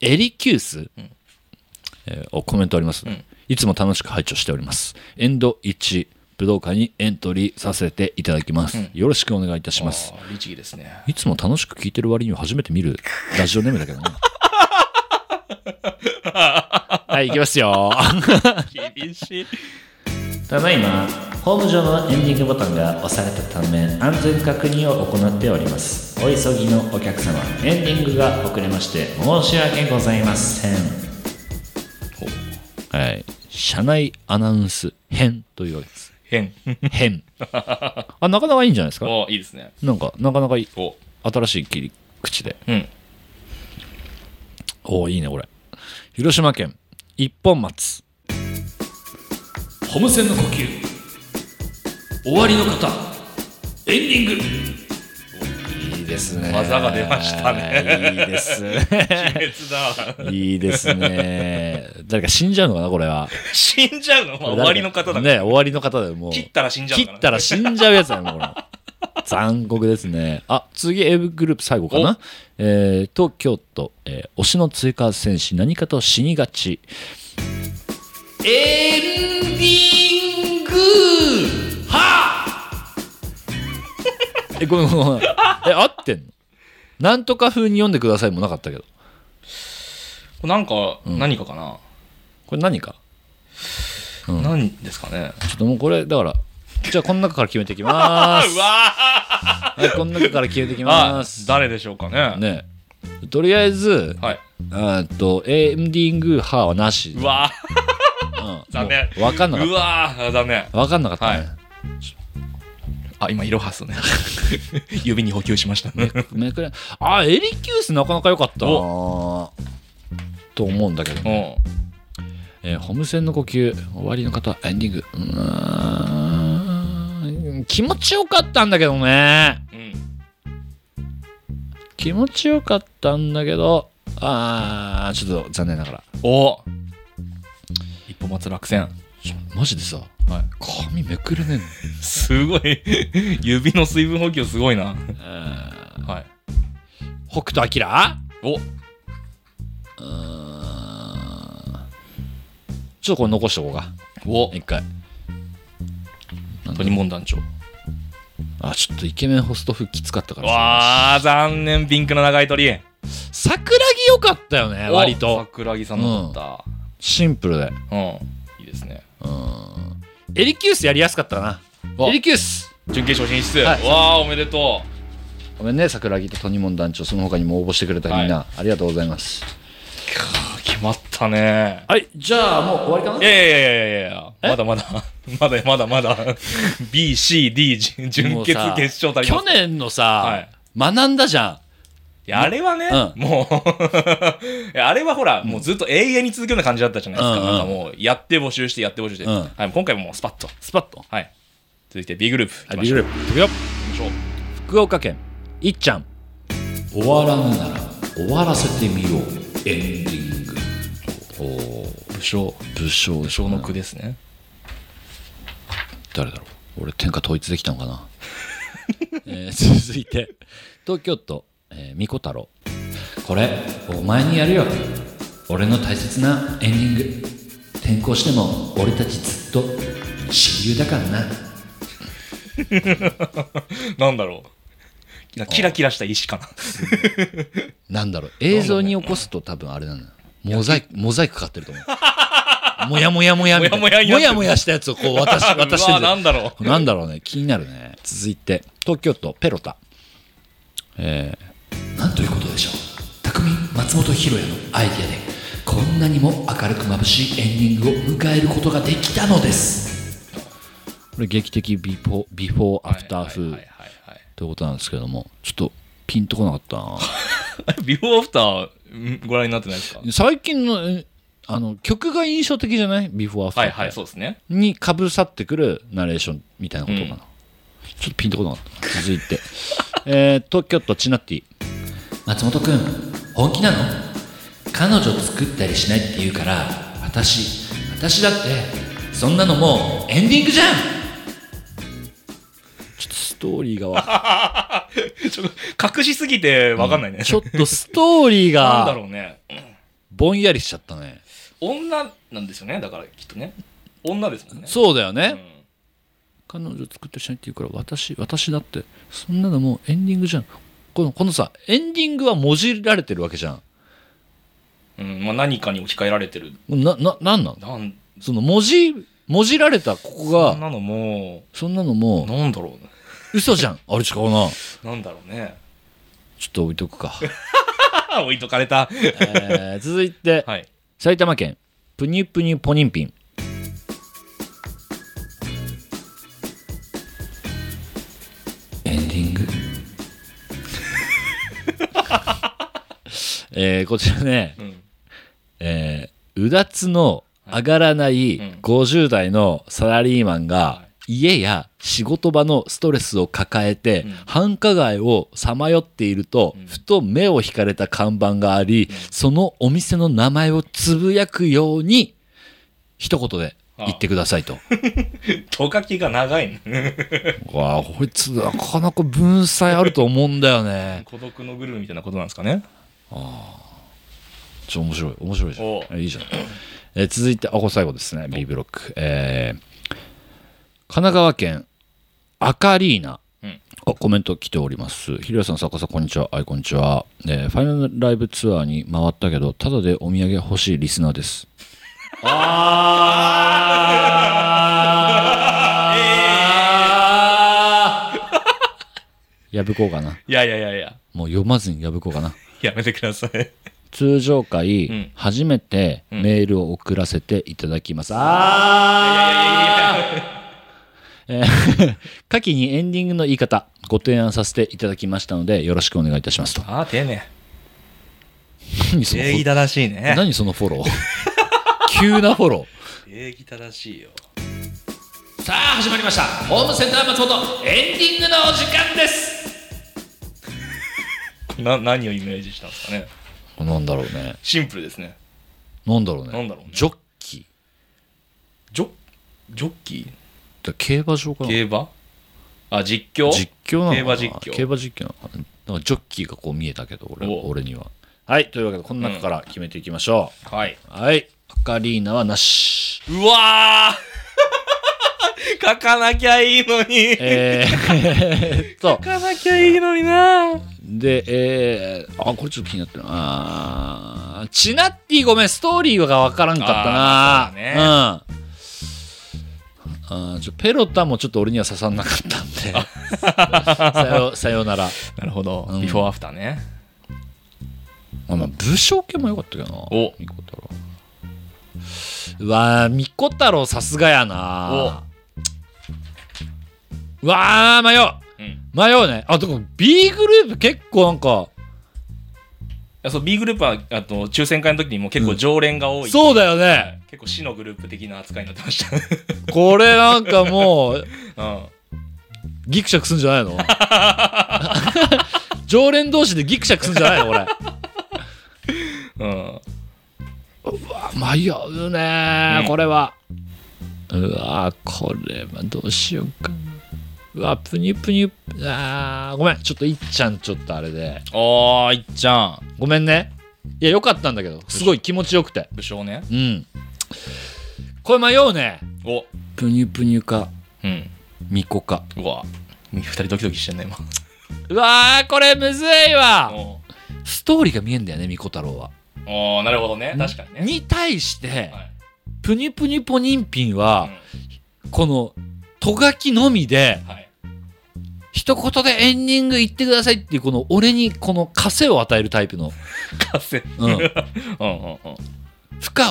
S1: エリキュース、えーおコメントあります、
S2: ん
S1: いつも楽しく拝聴しております。エンド1、武道館にエントリーさせていただきます。よろしくお願いいたします。
S2: あー律儀ですね
S1: いつも楽しく聞いてる割には初めて見るラジオネームだ けどな。はい、行きますよ。
S2: 厳しい
S1: ただいま、ホーム上のエンディングボタンが押されたため、安全確認を行っております。お急ぎのお客様、エンディングが遅れまして、申し訳ございません。はい、社内アナウンス編というわけです。
S2: 変
S1: 編。あ、なかなかいいんじゃないですか
S2: おいいですね
S1: なんか、なかなかいい
S2: お
S1: 新しい切り口で。
S2: うん
S1: おーいいねこれ広島県一本松ホームセンの呼吸終わりの方エンディングいいですね
S2: 技が出ました
S1: い
S2: ね
S1: いですね
S2: 鬼滅だ。
S1: いいですね誰か死んじゃうのかなこれは
S2: 死んじゃうの、まあ、終わりの方だから、
S1: ね終わりの方だよもう
S2: 切ったら死んじゃう
S1: 切
S2: から、
S1: ったら死んじゃうやつだよ、もうこれ。残酷ですね。あ、次、A グループ最後かな。えー、東京都、えー推しの追加戦士、何かと死にがち。エンディングはえ、ごめんごめんごめん。え、合ってんのなんとか風に読んでくださいもなかったけど。
S2: なんか、何かかな、
S1: これ何かうん
S2: 何ですかね
S1: ちょっともうこれ、だから、じゃあこの中から決めていきま す。は
S2: わ
S1: い、この中から決めていき
S2: あ
S1: ます。
S2: 誰でしょうかね
S1: ねとりあえず、
S2: はい
S1: あーっとエンディング派はなし
S2: うわ
S1: うん
S2: 残念
S1: もう分かんなかっ
S2: うわ残念
S1: た分かんなかったね、
S2: あ今イロハスね 指に補給しました ね
S1: めくれあエリキュースなかなか良かったなと思うんだけど、
S2: うん
S1: えーホームセンの呼吸終わりの方エンディングうーん気持ちよかったんだけどね
S2: うん
S1: 気持ちよかったんだけどあーちょっと残念ながら
S2: お一歩待つ落選
S1: ちょマジでさ
S2: はい
S1: 髪めくれねえの
S2: すごい 指の水分補給すごいな
S1: あー
S2: はい
S1: 北斗晶
S2: お
S1: ちょっとこれ残しておこうか
S2: お
S1: 一回
S2: トニモン団長
S1: あちょっとイケメンホスト風きつかったから
S2: わあ残念ピンクの長い鳥
S1: 桜木良かったよね
S2: お
S1: 割と
S2: 桜木さんのだっ
S1: シンプルで
S2: たうんいいですね
S1: うんエリキュースやりやすかったな
S2: わ
S1: エリキュース
S2: 準決勝進出
S1: はい
S2: わあおめでとう
S1: ごめんね桜木とトニモン団長その他にも応募してくれたみんな、ありがとうございます
S2: 決まったね
S1: はいじゃあもう終わりか
S2: い
S1: な
S2: やいやいやいやいやまだま だまだまだまだ BCD 準
S1: も
S2: 準決
S1: うさ
S2: 決勝足りま
S1: 去
S2: す
S1: 年のさ、
S2: はい
S1: 学んだじゃ
S2: いやあれはね、
S1: うん
S2: もう いやあれはほら、もうずっと永遠に続くような感じだったじゃないですか,、
S1: うんうん
S2: なんかもうやって募集してやって募集して、
S1: うん
S2: はい、もう今回ももうスパッと
S1: んスパッと
S2: はい続いて B グループ
S1: はいビジ
S2: 行き
S1: ュ
S2: ましょ
S1: ルい
S2: う
S1: くよ
S2: 行きましょう
S1: 福岡県いっちゃん終わらぬなら終わらせてみようエンディングおー
S2: 武将
S1: 武将
S2: 武将の句ですね
S1: 誰だろう俺天下統一できたのかな、えー続いて東京都、えー、みこ太郎これお前にやるよ俺の大切なエンディング転校しても俺たちずっと親友だからな
S2: なんだろうなキラキラした石かな
S1: なんだろう映像に起こすと多分あれなのよモザイクモザイクかかってると 思うもやもやもやみたいな
S2: もやもやにな
S1: も
S2: ってる
S1: やもやしたやつを こう渡し渡してる
S2: うわなんだろう
S1: なんだろうね気になるね続いて東京都ペロタえー、なんということでしょう匠松本博也のアイディアでこんなにも明るく眩しいエンディングを迎えることができたのですこれ劇的ビフォービフォーアフター風
S2: はいはいはいはい
S1: ということなんですけれどもちょっとピンとこなかったな
S2: ビフォーアフターんご覧になってないですか
S1: 最近のえあの曲が印象的じゃないビフォーアフター
S2: はいはいそうですね
S1: にかぶさってくるナレーションみたいなことかな、ちょっとピンとこなかった続いて、 えー東京都チナッティ松本君本気なの彼女作ったりしないって言うから私私だってそんなのもうエンディングじゃんちょっとストーリーがわ
S2: ちょっと隠しすぎて分かんないね、
S1: ちょっとストーリー
S2: なんだ
S1: が
S2: ろうね
S1: ぼんやりしちゃったね
S2: 女なんですよねだからきっとね女ですもんね
S1: そうだよね、
S2: う
S1: 彼
S2: ん、
S1: 女作ってしないって言うから私私だってそんなのもうエンディングじゃんこのこのさエンディングはもじられてるわけじゃん
S2: うんまあ、何かに置き換えられてる
S1: なななんなん
S2: なん
S1: その文字もじられたここ
S2: そん
S1: が
S2: なのも
S1: そんなの
S2: う
S1: もう
S2: なんだろうね
S1: 嘘じゃんあれ違うな
S2: なんだろうね
S1: ちょっと置いとくか、
S2: 置いとか れた
S1: えー続いて
S2: はい
S1: 埼玉県プニュプニュポニンピンエンディングえーこちらね、
S2: うん
S1: うだつの上がらない
S2: うん
S1: 50代のサラリーマンが家や仕事場のストレスを抱えて
S2: うん
S1: 繁華街をさまよっていると
S2: うん
S1: ふと目を引かれた看板があり
S2: うん
S1: そのお店の名前をつぶやくように一言で言ってくださいと。
S2: とかきが長いね。
S1: わあこいつなかなか文才あると思うんだよね。
S2: 孤独のグルメみたいなことなんですかね。
S1: ちょ面白い面白いじ
S2: お
S1: ゃんいいじゃん、えー続いてあこれ最後ですね B ブロック、えー神奈川県アカリーナ、
S2: うん
S1: あコメント来ておりますひろやさん坂さんこんにちははいこんにちは、えーファイナルライブツアーに回ったけどただでお土産欲しいリスナーですやぶこうかない
S2: やいやいやいや、
S1: もう読まずにやぶこうかな
S2: やめてください。
S1: 通常回、
S2: うん
S1: 初めて
S2: うん
S1: メールを送らせていただきます、あーえー 下記にエンディングの言い方ご提案させていただきましたのでよろしくお願いいたしますと
S2: ああ、丁寧。
S1: 何そのフ
S2: 礼儀
S1: ォロ
S2: 正しい
S1: ー
S2: ね。
S1: 何そのフォロー 急なフォロ
S2: 礼儀正しいよ。
S1: ーさあ始まりましたホームセンター松本エンディングのお時間です
S2: な、何をイメージしたんですかね。
S1: なんだろうね
S2: シンプルですね。
S1: なんだろうね
S2: なんだろうね
S1: ジョッキ
S2: ジョッ、ジョッキ
S1: ーだ競馬場か
S2: ー
S1: な
S2: 競馬あ、実況
S1: 実況なのかな
S2: 競馬実況
S1: 競馬実況なのかななんかジョッキーがこう見えたけど俺
S2: お
S1: 俺にははいというわけでこの中から決めていきましょ
S2: はい。
S1: う、はいアカリーナはなし
S2: うわー 書かなきゃいいのに。
S1: えー、えーっと
S2: 書かなきゃいいのにな
S1: で、えー、あ、これちょっと気になってるな。あーチナッティごめん、ストーリーがわからんかった
S2: あーそうだね
S1: な。うん。あーちょペロタもちょっと俺には刺さんなかったんで さよさよなら、
S2: なるほど、
S1: うん
S2: ビフォーアフターね。
S1: あまあ、武将系もよかったけどな
S2: お
S1: みこ太郎うわーみこ太郎さすがやなうわー迷う
S2: うん。い
S1: 迷うねあでも B グループ結構なんか
S2: やそう、B グループは、あと、抽選会の時にも結構常連が多い。
S1: そうだよね
S2: 結構死のグループ的な扱いになってましたね。
S1: これなんかもう
S2: うん。
S1: ギクシャクすんじゃない の常連同士でギクシャクすんじゃないのこれ
S2: うん。
S1: 迷うねー、
S2: うん
S1: これはうわーこれはどうしようかなうわプニュプニュあーごめんちょっといっちゃんちょっとあれで
S2: おー、いっちゃん。
S1: ごめんねいやよかったんだけどすごい気持ちよくて
S2: 武将ね。
S1: うんこれ迷うね
S2: お。
S1: プニュプニュか
S2: うん。
S1: ミコか
S2: うわ。二人ドキドキしてんね、今。
S1: うわーこれむずいわ
S2: お
S1: ストーリーが見えんだよねミコ太郎は
S2: おーなるほどね。確かにね。
S1: に対して、
S2: はい
S1: プニュプニュポニンピン
S2: う
S1: は、
S2: ん
S1: このとがきのみで
S2: はい。
S1: 一言でエンディング言ってくださいっていうこの俺にこの枷を与えるタイプの、
S2: 稼い。
S1: うん、負
S2: うんうんうん。
S1: 荷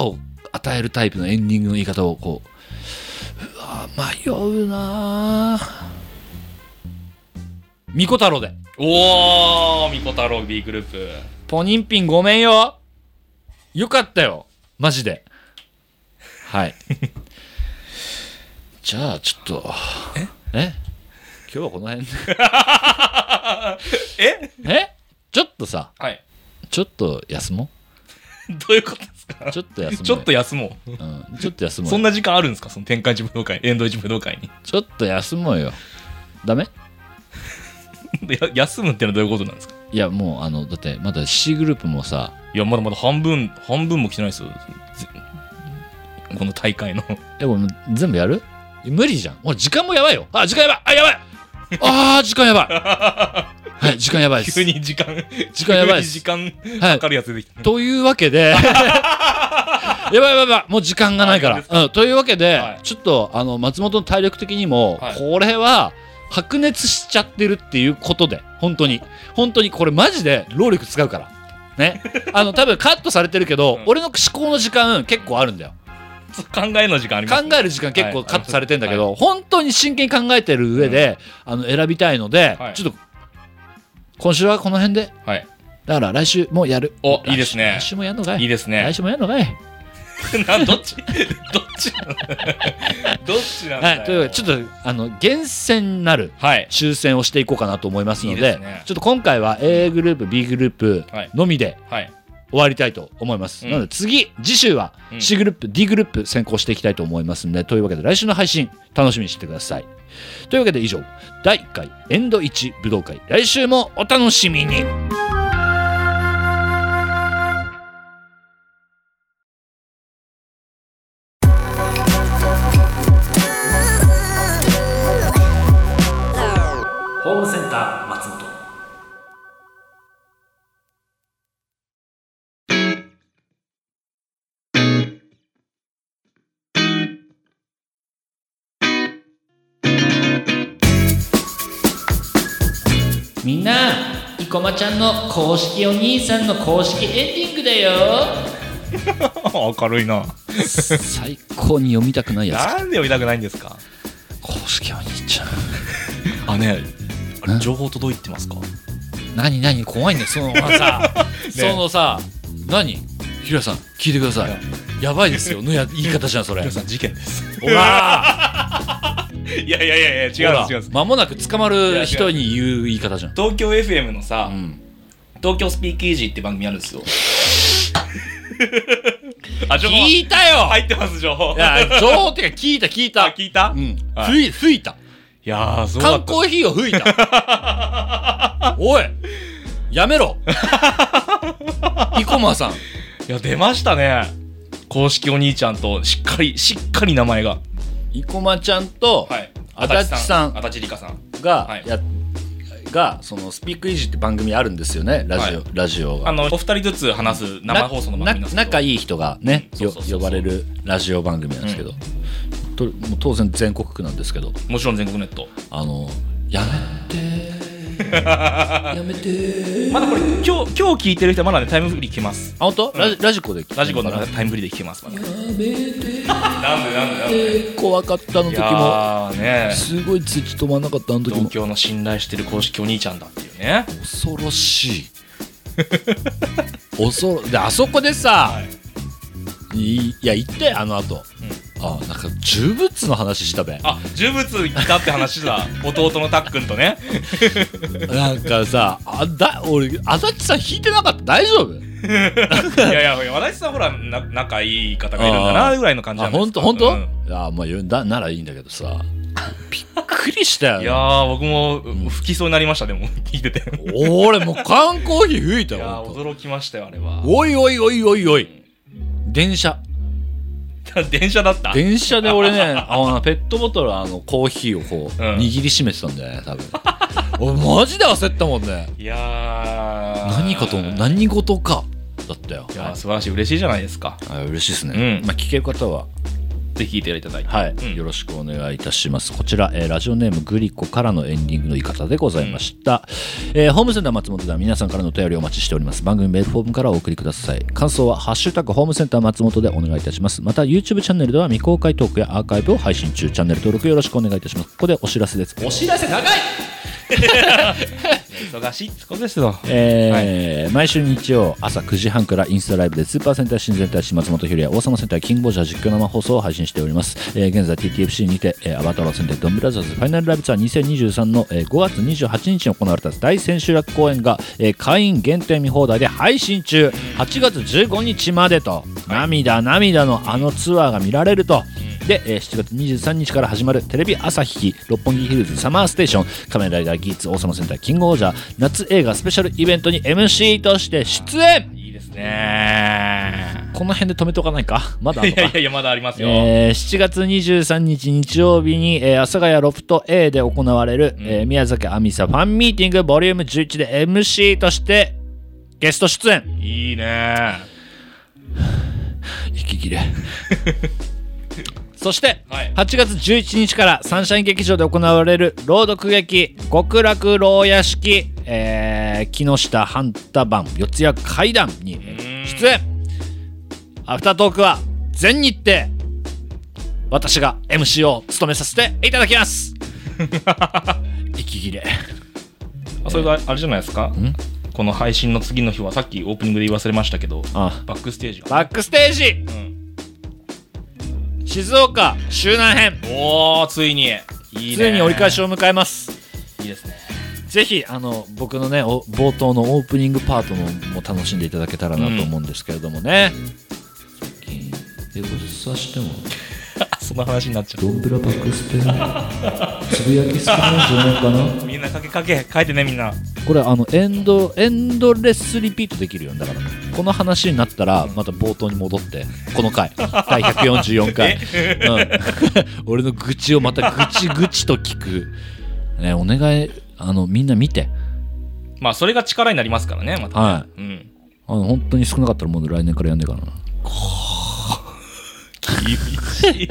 S1: を与えるタイプのエンディングの言い方をこううわ迷うなぁミコ太郎で
S2: おー、みこ太郎 B グループ。
S1: ポニンピンごめんよよかったよマジではい じゃあちょっとえ今日はこの辺で
S2: え
S1: えちょっとさ
S2: はい。
S1: ちょっと休も
S2: どういうことですか
S1: うちょっと休もう
S2: ちょっと休もう。
S1: うん、ちょっと休もうよ
S2: そんな時間あるんですかその天下一武道会、遠藤一武道会に。
S1: ちょっと休もうよダメ
S2: で や休むってのはどういうことなんですか
S1: いやもうあのだってまだ C グループもさ
S2: いや、まだまだ半分、半分も来てないですよ。ぜこの大会の。
S1: えもう全部やる無理じゃんもう時間もやばいよあ時間やばいあやばいあー時間 やばいはい時間やばいです
S2: 急に時間、
S1: 時間やばいっす
S2: 急に時間
S1: はい
S2: かかるやつ出てきた。
S1: というわけ でやばいやばいやばいもう時間がないか
S2: あいい
S1: ら
S2: で、
S1: うん、というわけで、
S2: はい
S1: ちょっとあの松本の体力的にも、
S2: はい
S1: これは白熱しちゃってるっていうことで本当に本当にこれマジで労力使うからねあの多分カットされてるけど、
S2: うん
S1: 俺の思考の時間結構あるんだよ
S2: そう考えの時間あります
S1: 考える時間結構カットされてんだけど、
S2: は
S1: 本当に真剣に考えてる上で、あの選びたいので、
S2: はい
S1: ちょっと今週はこの辺で
S2: はい。
S1: だから来週もやる
S2: おいいですね
S1: 来週もやるのかい
S2: いいですね
S1: 来。週もやるのかい
S2: なんどっち どっちなの どっちなんだ
S1: は
S2: よ、
S1: い、というわけでちょっとあの厳選なる
S2: はい
S1: 抽選をしていこうかなと思いますので
S2: いいですね
S1: ちょっと今回は A グループ B グループ
S2: はい
S1: のみで
S2: はい
S1: 終わりたいと思います、
S2: うん
S1: なので次次週は
S2: うん
S1: C グループ、D グループ先行していきたいと思いますのでというわけで来週の配信楽しみにしてくださいというわけで以上第1回エンド1武道会来週もお楽しみに
S3: ホームセンター松本
S1: みんな生駒ちゃんの公式お兄さんの公式エンディングだよ
S2: 明るいな
S1: 最高に読みたくないや
S2: なんで呼びたくないんですか
S1: つ公式お兄ちゃん
S2: あね
S1: あれ
S2: 情報届いてますか
S1: 何何怖いんだよその さ、そのさ何ひらさん聞いてくださいやばいですよのや言い方じゃんそれ
S2: 皆さん事件です
S1: ほ ら
S2: いやいやいやいや違うんです違うんです
S1: まもなく捕まる人に言う言い方じゃん
S2: 東京 FM のさ、
S1: うん
S2: 東京スピーキージーって番組あるんですよ あ情報
S1: 聞いたよ
S2: 入ってます情報
S1: いや情報っていうか聞いた聞い
S2: あ
S1: た
S2: 聞いた、
S1: う
S2: い
S1: ん
S2: はい
S1: 吹い吹いた
S2: やーすごか
S1: 缶
S2: った
S1: コーヒーを吹いた おいやめ ろ生駒さん
S2: いや出ましたね公式お兄ちゃんとしっかりしっかり名前が
S1: 生駒ちゃんと
S2: はい
S1: 足立さん
S2: 足立梨花さんは
S1: が
S2: い
S1: や、がそのスピークイージーって番組あるんですよねラジオ、
S2: は
S1: ラジオ
S2: あ
S1: が
S2: のお二人ずつ話す生放送の番組
S1: な
S2: なんですけど
S1: 仲いい人がね
S2: そう
S1: よ
S2: そうそうそう
S1: 呼ばれるラジオ番組なんですけど、ともう当然全国区なんですけど
S2: もちろん全国ネット
S1: あのやめてやめて
S2: まだこれ今日今日聞いてる人はまだねタイムフリー聞けます
S1: あ本当、
S2: ん
S1: ラジラジコで聞いて
S2: ラジコ
S1: る
S2: の
S1: のかな
S2: タイムフリーで聞けますまだなんでなんでなんで
S1: 怖かったの
S2: い
S1: 時も
S2: やーね
S1: すごい通知止まんなかったあの時
S2: 東
S1: も
S2: 京の信頼してる公式お兄ちゃんだっていうね
S1: 恐ろしい 恐ろであそこでさ、
S2: はい
S1: い、いや行ってあの後、あなんか呪物の話したべ
S2: あ呪物行ったって話 だ弟のたっくんとね
S1: なんかさあだ俺足立さん引いてなかった大丈夫
S2: いやいや私さんほらな仲いい方がいるんだなぐらいの感じな
S1: あ
S2: んです
S1: 本当本当、
S2: うん
S1: いやまあ言うだならいいんだけどさびっくりしたよ
S2: いやー僕もう吹きそうになりましたでも聞いててい
S1: 俺もう缶コーヒー吹いた
S2: やー
S1: よほんと
S2: 驚きましたよあれは
S1: おいおいおいおいおい電車
S2: 電車だった
S1: 電車で俺ねあのペットボトルあのコーヒーをこう、
S2: うん
S1: 握りしめてたんだよね多分俺マジで焦ったもんね
S2: いやー
S1: 何かと思う
S2: い
S1: 何事かだったよ
S2: やー素晴らしい嬉しいじゃないですか
S1: あ嬉しいですね、
S2: うん
S1: まあ聞ける方は
S2: ぜひ聞いていただいて
S1: はい、
S2: うん
S1: よろしくお願いいたしますこちら、えーラジオネームグリコからのエンディングの言い方でございました、えーホームセンター松本では皆さんからのお便りをお待ちしております番組メールフォームからお送りください感想は「ハッシュタグホームセンター松本」でお願いいたしますまた YouTube チャンネルでは未公開トークやアーカイブを配信中チャンネル登録よろしくお願いいたしますここでお知らせですお知らせ 長い
S2: 忙しいってことですよ
S1: えー毎週日曜朝9時半からインスタライブでスーパーセンター新センター新松本ひろや王様センターキングボージャー実況生放送を配信しております、えー現在 TTFC にて、えーアバタローセンタードンブラザーズファイナルライブツアー2023の、えー5月28日に行われた大千秋楽公演が、えー会員限定見放題で配信中8月15日までと涙涙のあのツアーが見られるとで、えー7月23日から始まるテレビ朝日六本木ヒルズサマーステーション仮面ライダーギーツ王様センターキングオージャー夏映画スペシャルイベントに MC として出演
S2: いいですね
S1: この辺で止めとかないかまだあ
S2: い
S1: んのか
S2: やいやいやまだありますよ、
S1: えー7月23日日曜日に、えー阿佐ヶ谷ロフト A で行われる、えー宮崎亜美さんファンミーティングボリューム11で MC としてゲスト出演
S2: いいね
S1: 息切れ そして、
S2: はい
S1: 8月11日からサンシャイン劇場で行われる朗読劇「極楽牢屋敷、えー木下半太版四谷怪談」に
S2: ーん
S1: 出演アフタートークは全日程私が MC を務めさせていただきます 息切れ
S2: あそれがあれじゃないですか
S1: ん
S2: この配信の次の日はさっきオープニングで言わされましたけど
S1: あ
S2: バックステージが
S1: バックステージ
S2: うん
S1: 静岡周南編
S2: おー、ついに。いいね。
S1: ついに折り返しを迎えます
S2: いいで すね。
S1: ぜひあの僕のねお冒頭のオープニングパートのも楽しんでいただけたらなと思うんですけれどもね、エゴサしても
S2: そんな話になっちゃ
S1: ドンブラバックスペン つぶやき少ないんじゃないかな
S2: う。みんなかけかけ、書いてね、みんな。
S1: これあのエンドエンドレスリピートできるようにだからこの話になったらまた冒頭に戻ってこの回第144回、うん、 俺の愚痴をまた愚痴愚痴と聞くねお願いあのみんな見て
S2: まあ、それが力になりますからね、また。
S1: はい
S2: うん。
S1: あの本当に少なかったらもう来年からやんねえからな
S2: 厳しい。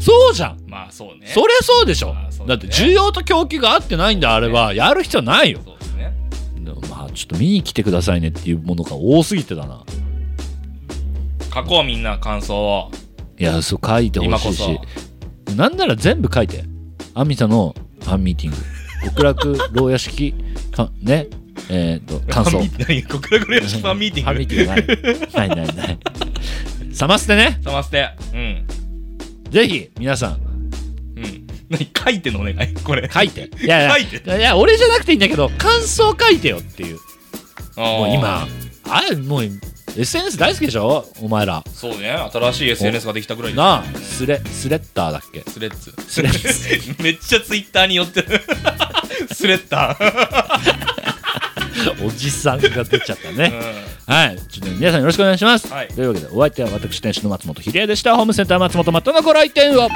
S1: そうじゃん
S2: まあ、そうね。
S1: そりゃそうでしょ
S2: あーそう
S1: だ
S2: だ
S1: っ
S2: ね
S1: て需要と供給が合ってないんだあれはやる必要ないよ
S2: そうですね。
S1: でもまあちょっと見に来てくださいねっていうものが多すぎてだな
S2: 書こう、みんな、感想を。
S1: いやそう書いてほ
S2: 今
S1: し
S2: こ
S1: いし
S2: そ。
S1: なんなら全部書いて。アンミタのファンミーティ ング、極楽牢屋敷、かね、えっ、と、感想。
S2: ファンミーティング何国楽屋敷ファンミーティン
S1: フ
S2: グ。
S1: ァンミーティングない。ないない ない。冷ませてね、
S2: 冷まして。うん。
S1: ぜひ皆さん
S2: うん。何書いてのお願いこれ。
S1: 書いて。いやいや、
S2: 書いて
S1: やや俺じゃなくていいんだけど、感想書いてよっていう。も
S2: も
S1: う。今、あれ、もう SNS 大好きでしょお前ら。
S2: そうね。新しい SNS ができたぐらいです
S1: なあ、スレ、スレッターだっけ
S2: スレッズ。
S1: スレッ
S2: めっちゃツイッターに寄ってる。 スレッター。
S1: おじさんが出ちゃったね。
S2: う
S1: はい、ちょっとね皆さんよろしくお願いします。
S2: はい
S1: というわけで、お相手は私、店主の松本秀哉でした。ホームセンター松本またのご来店を。